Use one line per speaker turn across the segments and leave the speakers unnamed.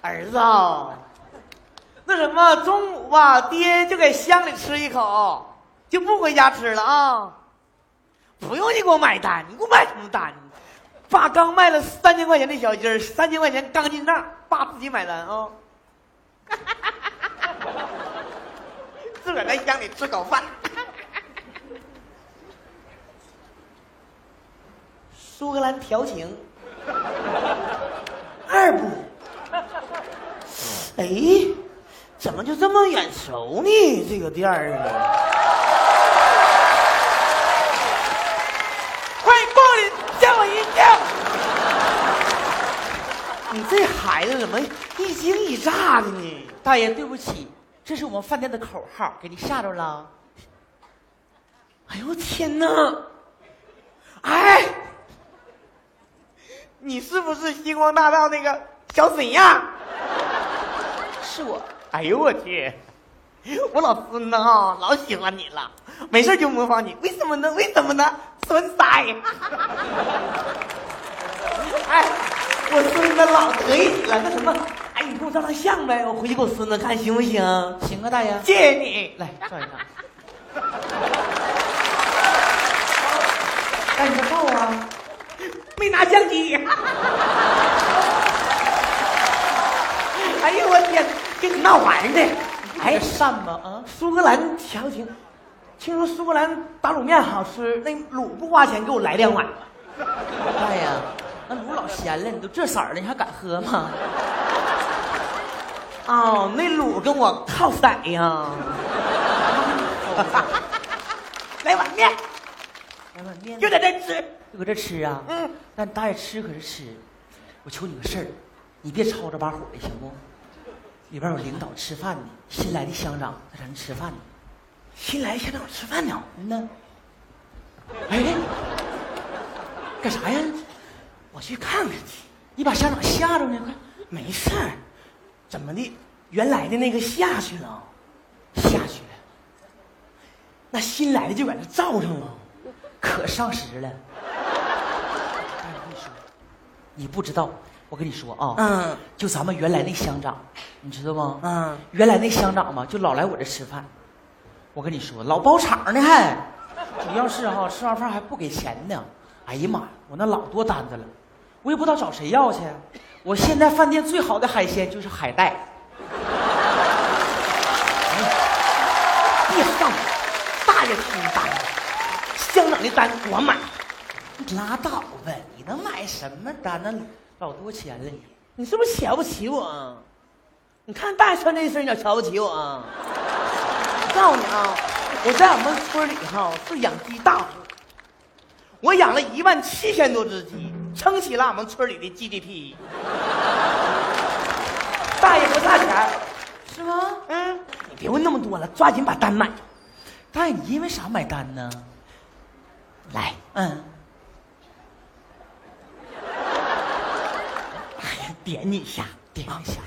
儿子啊，那什么，中午吧，爹就给乡里吃一口，就不回家吃了啊。不用你给我买单，你给我买什么单？爸刚卖了三千块钱的小鸡儿，三千块钱刚进账，爸自己买单啊、 自个儿在乡里吃口饭。苏格兰调情，二部。哎，怎么就这么眼熟呢？这个店儿啊！快过来，吓我一跳！你这孩子怎么一惊一乍的呢？
大爷，对不起，这是我们饭店的口号，给你吓着了。
哎呦我天哪！哎，你是不是星光大道那个小沈阳？
是我，
哎呦我去！我老孙子啊，老喜欢你了，没事就模仿你，为什么呢？为什么呢？孙塞！哎，我孙子老得意了，那什么，哎，你给我照张相呗，我回去给我孙子看行不行？
行啊，大爷，
谢谢你，
来照一张。 大爷照啊，
没拿相机。哎呦我天，跟你闹玩的，哎
哎，。扇吧啊，
苏格兰调情，听说苏格兰打卤面好吃，那卤不花钱，给我来两碗吧。
大爷，那卤老咸了，你都这色儿了，你还敢喝吗？
哦，那卤跟我靠色 呀。来碗面，
来碗面，
就在这吃。
就搁这吃啊。
嗯，
但大爷吃可是吃，我求你个事儿，你别吵着把火了，行不？里边有领导吃饭呢，新来的乡长在咱这吃饭呢。
新来先让我吃饭呢。
嗯呢？哎，干啥呀？
我去看看去。
你把乡长吓着呢，快！
没事儿，怎么的？原来的那个下去了，下去了。那新来的就在这罩上了。
可上时了。哎我跟你说，你不知道，我跟你说啊，
嗯
就咱们原来那乡长，你知道吗？
嗯，
原来那乡长嘛，就老来我这吃饭。我跟你说，老包场呢还，主要是哈、吃完饭还不给钱呢。哎呀妈呀，我那老多单子了，我也不知道找谁要去。我现在饭店最好的海鲜就是海带。
别上了，大爷听大爷，乡长的单我买。
拉倒吧，你能买什么单呢？老多钱了你。
你是不是瞧不起我啊？你看大爷穿这身，你咋瞧不起我啊？我告诉你啊，我在我们村里哈是养鸡大户，我养了一万七千多只鸡，撑起了我们村里的 GDP。大爷不差钱，
是吗？
嗯，你别问那么多了，抓紧把单买。
大爷，你因为啥买单呢？
来，
嗯，
点你一下，啊
点一下。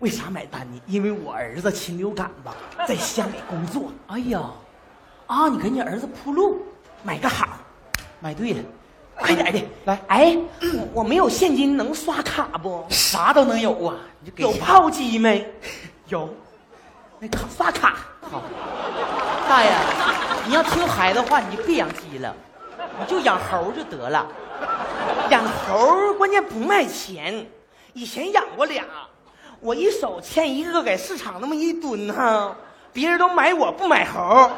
为啥买单呢？因为我儿子禽流感 吧，在乡里工作，
哎呀，啊，你给你儿子铺路，
买个好。
买对了，
快点的，
来
哎，我我没有现金，能刷卡不？
啥都能有啊，你就给
有
钱
炮击 没？
有。
那卡刷卡，
好，大爷，你要听孩子话，你就别养鸡了，你就养猴就得了。
养猴儿关键不卖钱，以前养过俩，我一手牵一个给市场那么一蹲哈、别人都买我不买猴儿，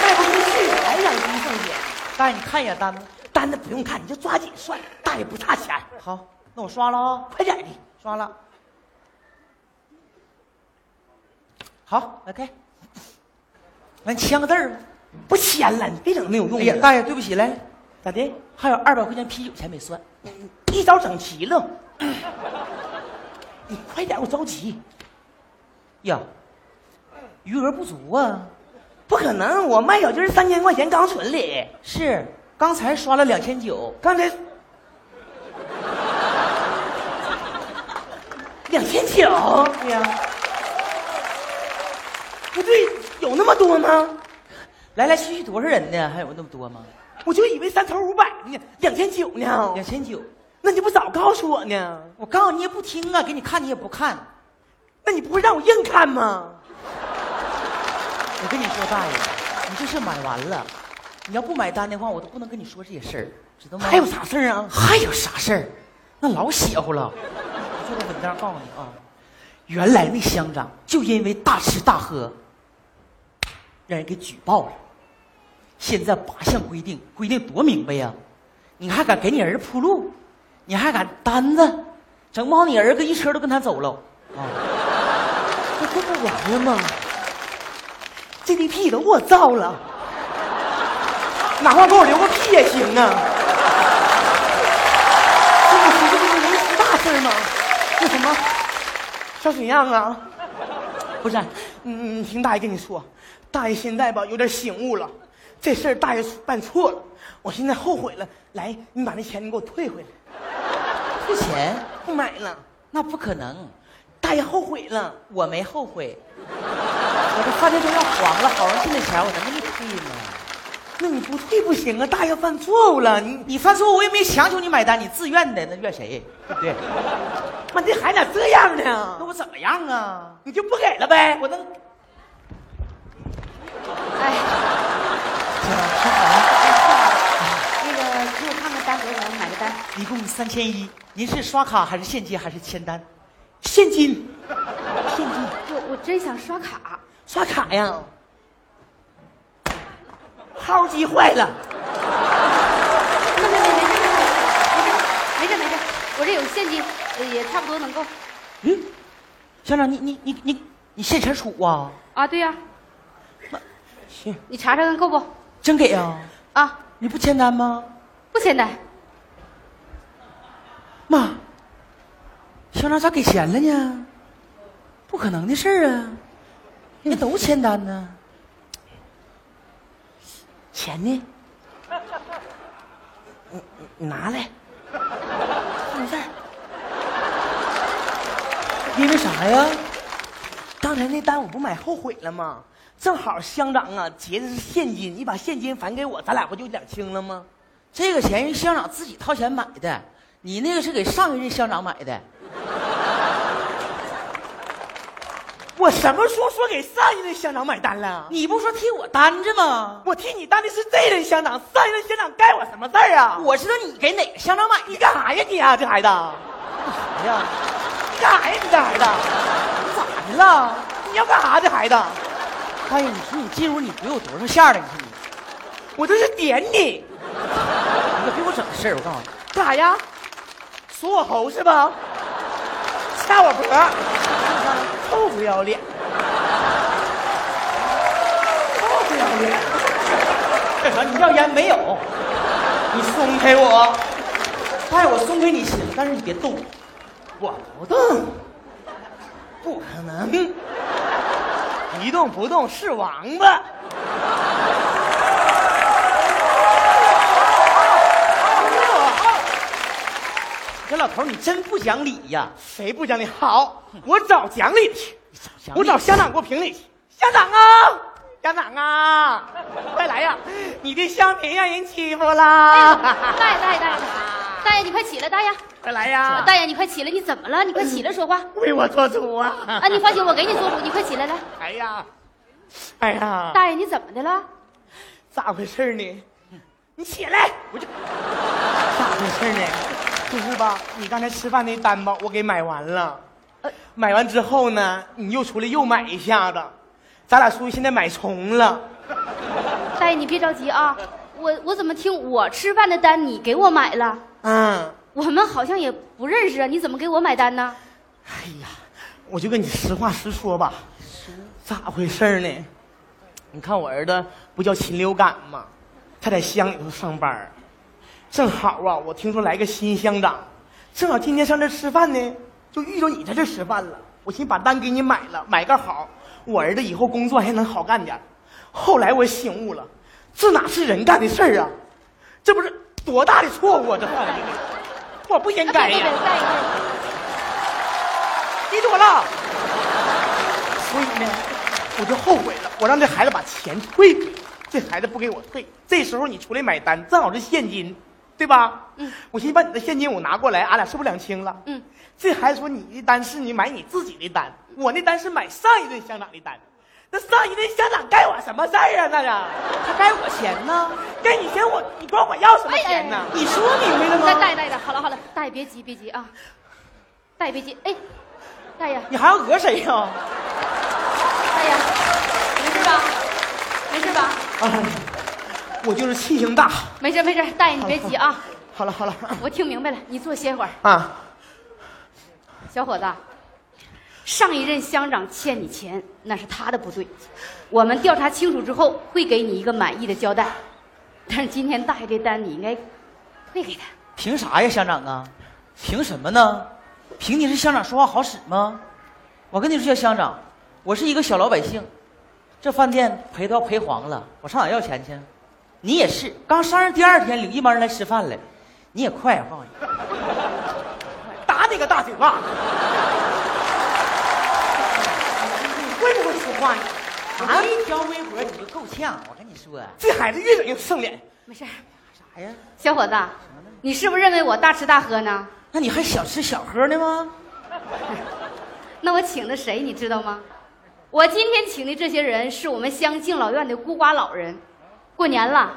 卖不出哎去，还养鸡挣钱。
大爷，哎你看一眼单子。
单子不用看，你就抓紧算，大爷不差钱，
好，那我刷了啊、
快点的。
刷了。好，OK。来，你签个字儿吧。
不签了，你别整那有用
哎
的
呀，
了。
大爷，对不起，来来，
咋的？
还有二百块钱啤酒钱没算。
一早整齐了。 你快点，我着急。
呀，余额不足啊。
不可能，我卖小鸡儿三千块钱刚存里，
是，刚才刷了两千九。
刚才两千九，
对呀、
不对，有那么多吗？
来来去去多少人呢？还有那么多吗？
我就以为三头五百呢，两千九呢，
两千九。
那你不早告诉我呢？
我告诉你也不听啊，给你看你也不看。
那你不会让我硬看吗？
我跟你说，大爷，你这事买完了，你要不买单的话，我都不能跟你说这些事儿，知道吗？
还有啥事儿啊？
还有啥事儿？那老邪乎了。我做个文章告诉你啊，原来那乡长就因为大吃大喝，让人给举报了。现在八项规定，规定多明白呀、你还敢给你儿子铺路，你还敢担子，整不好你儿子一车都跟他走喽。啊，这这不完了吗？
GDP 都给我造了，哪怕给我留个屁也行啊！这不是这不是临时大事儿吗？那什么，小沈阳啊，不是，你你听大爷跟你说，大爷现在吧有点醒悟了，这事儿大爷办错了，我现在后悔了。来，你把那钱你给我退回来，
退钱？
不买了。
那不可能，
大爷后悔了，
我没后悔。我这饭店都要黄了，好容易进的钱，我能给你退吗？
那你不退不行啊！大爷犯错误了，你
你犯错，我也没强求你买单，你自愿的，那怨谁？对不对？
妈这孩子咋这样
那
呢？
我怎么样啊？
你就不给了呗？
我能。
哎，
哎行
那个给我看看单多少钱，买个单。
一共三千一，您是刷卡还是现金还是签单？
现金
现金，我我真想刷卡，
刷卡
哎
呀。号机坏了，
没没没没没没事没事没事，我这有现金，呃也差不多能够。
嗯，乡长，你你你你你现钱数啊？
啊，对呀、
行，
你查查看够不？
真给啊？
啊，
你不签单吗？
不签单，
妈，乡长咋给钱了呢？不可能的事儿啊！人家都签单呢。
钱呢？你你嗯拿来，放这儿。
因为啥呀？
刚才那单我不买后悔了吗？正好乡长啊结的是现金，你把现金返给我，咱俩不就一两清了吗？
这个钱是乡长自己掏钱买的，你那个是给上一任乡长买的。
我什么时候说给上一任乡长买单了？
你不说替我担着吗？
我替你担的是这任乡长，上一任乡长该我什么事儿啊？
我知道你给哪个乡长买的
你干啥呀你啊，这孩子？
呀？
你干啥呀你这孩子？
咋的了？
你要干啥这孩子？
大爷，你说你进屋你得有多少下了？你说你，
我这是点你，
你可别给我整事儿！我告诉你，
干啥呀？说我猴是吧？掐我脖，臭不要脸，臭不要脸！
干啥？你要烟没有？
你松开我，哎
大爷，我松开你行，但是你别动我。
我不动，不可能，一动不动是王八。
这老头儿你真不讲理呀！
谁不讲理？好，我找讲理去，我找乡长给我评理去。乡长啊，乡长啊，快来呀！你的乡民让人欺负啦！
大爷大爷大爷，大爷你快起来，大爷，
快来呀！
大爷你快起来，你怎么了？你快起来说话。
为我做主啊！
啊，你放心，我给你做主，你快起来来。
哎呀，哎呀，
大爷你怎么的了？
咋回事呢？你起来，我就咋回事呢？就是吧，你刚才吃饭那单吧，我给买完了。
呃
买完之后呢，你又出来又买一下子，咱俩属于现在买重了。
大爷你别着急啊，我我怎么听我吃饭的单你给我买了？
嗯。
我们好像也不认识啊，你怎么给我买单呢？
哎呀，我就跟你实话实说吧，咋回事儿呢？你看我儿子不叫禽流感吗？他在乡里头上班儿正好啊，我听说来个新乡长，正好今天上这儿吃饭呢，就遇着你在这儿吃饭了。我寻思把单给你买了，买个好，我儿子以后工作还能好干点儿后来我醒悟了，这哪是人干的事儿啊？这不是多大的错误啊！这犯的，我不应该
别别
呀、
别大爷，
你躲了。所以呢，我就后悔了，我让这孩子把钱退给我，这孩子不给我退。这时候你出来买单，正好是现金，对吧？
嗯
我寻思把你的现金我拿过来，俺俩是不是两清了？
嗯，
这孩子说你的单是你买你自己的单，我那单是买上一任乡长的单。那上一任乡长该我什么事儿啊？那是
他该我钱呢？哎
该你钱我，你管我要什么钱呢？
你说明白了
大大
吗？
爷大爷，好了好了，大爷别急别急啊，大爷别急，哎，大爷
你还要讹谁呀、
大爷，没事吧？没事吧？
哎我就是气性大。
没事没事，大爷你别急啊，
好了好了
我听明白了，你坐歇会儿。
啊，
小伙子，啊上一任乡长欠你钱，那是他的不对，我们调查清楚之后会给你一个满意的交代。但是今天大爷这单你应该退给他。
凭啥呀，乡长啊？凭什么呢？凭你是乡长说话好使吗？我跟你说，乡长，我是一个小老百姓，这饭店赔都要赔黄了，我上哪要钱去？你也是，刚上任第二天领一帮人来吃饭来，你也快啊，我告诉你。
打你个大嘴巴！你会不会说话呀？
啊，一条微博你就够呛，我跟你说。
这孩子越整越上脸。
没事儿，
啥呀？
小伙子，啊你是不是认为我大吃大喝呢？
那你还小吃小喝呢吗？
那我请的谁你知道吗？我今天请的这些人是我们乡敬老院的孤寡老人。过年了，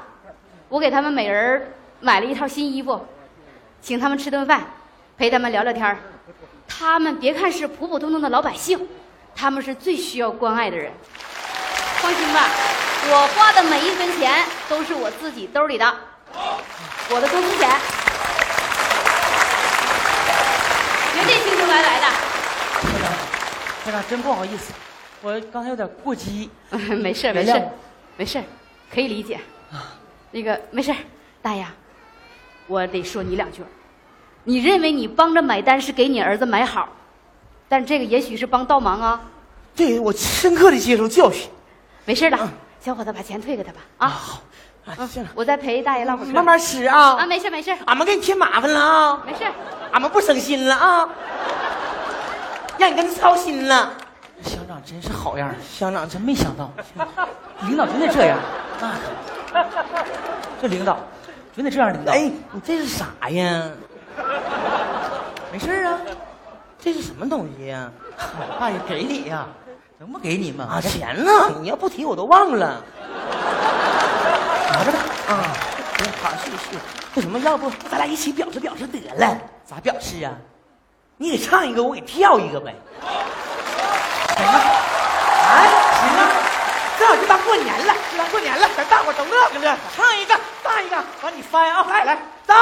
我给他们每人儿买了一套新衣服，请他们吃顿饭，陪他们聊聊天儿。他们别看是普普通通的老百姓，他们是最需要关爱的人。放心吧，我花的每一分钱都是我自己兜里的，我的工资钱，绝对清清白白的。
乡长，真不好意思，我刚才有点过激。
没事儿没
原
事
谅
儿，没事儿，可以理解。那个没事儿，大爷，我得说你两句儿。你认为你帮着买单是给你儿子买好，但这个也许是帮倒忙啊。
这我深刻的接受教训。
没事儿了，小伙子把钱退给他吧啊！
好，啊，行了，
我再陪大爷唠会儿嗑。
慢慢吃啊。
啊，没事儿没事儿
俺们给你添麻烦了啊，
没事儿。
俺们不省心了啊，让你跟他操心了。
乡长真是好样儿，
乡长，
真没想到，领导真得这样。那可这领导准得这样，领导。
哎，，你这是啥呀？
没事儿啊，
这是什么东西呀？
大爷给你呀、能不给你吗？
啊，钱呢？你要不提我都忘了。
拿着吧。
啊，行好，是是。那什么，要不咱俩一起表示表示得了？
咋表示啊？
你给唱一个，我给跳一个呗。
行吧，
哎，行啊，正好就当过年了，就当过年了，咱大伙都乐呵乐呵，唱一个，唱一个，完你翻啊，来来，走。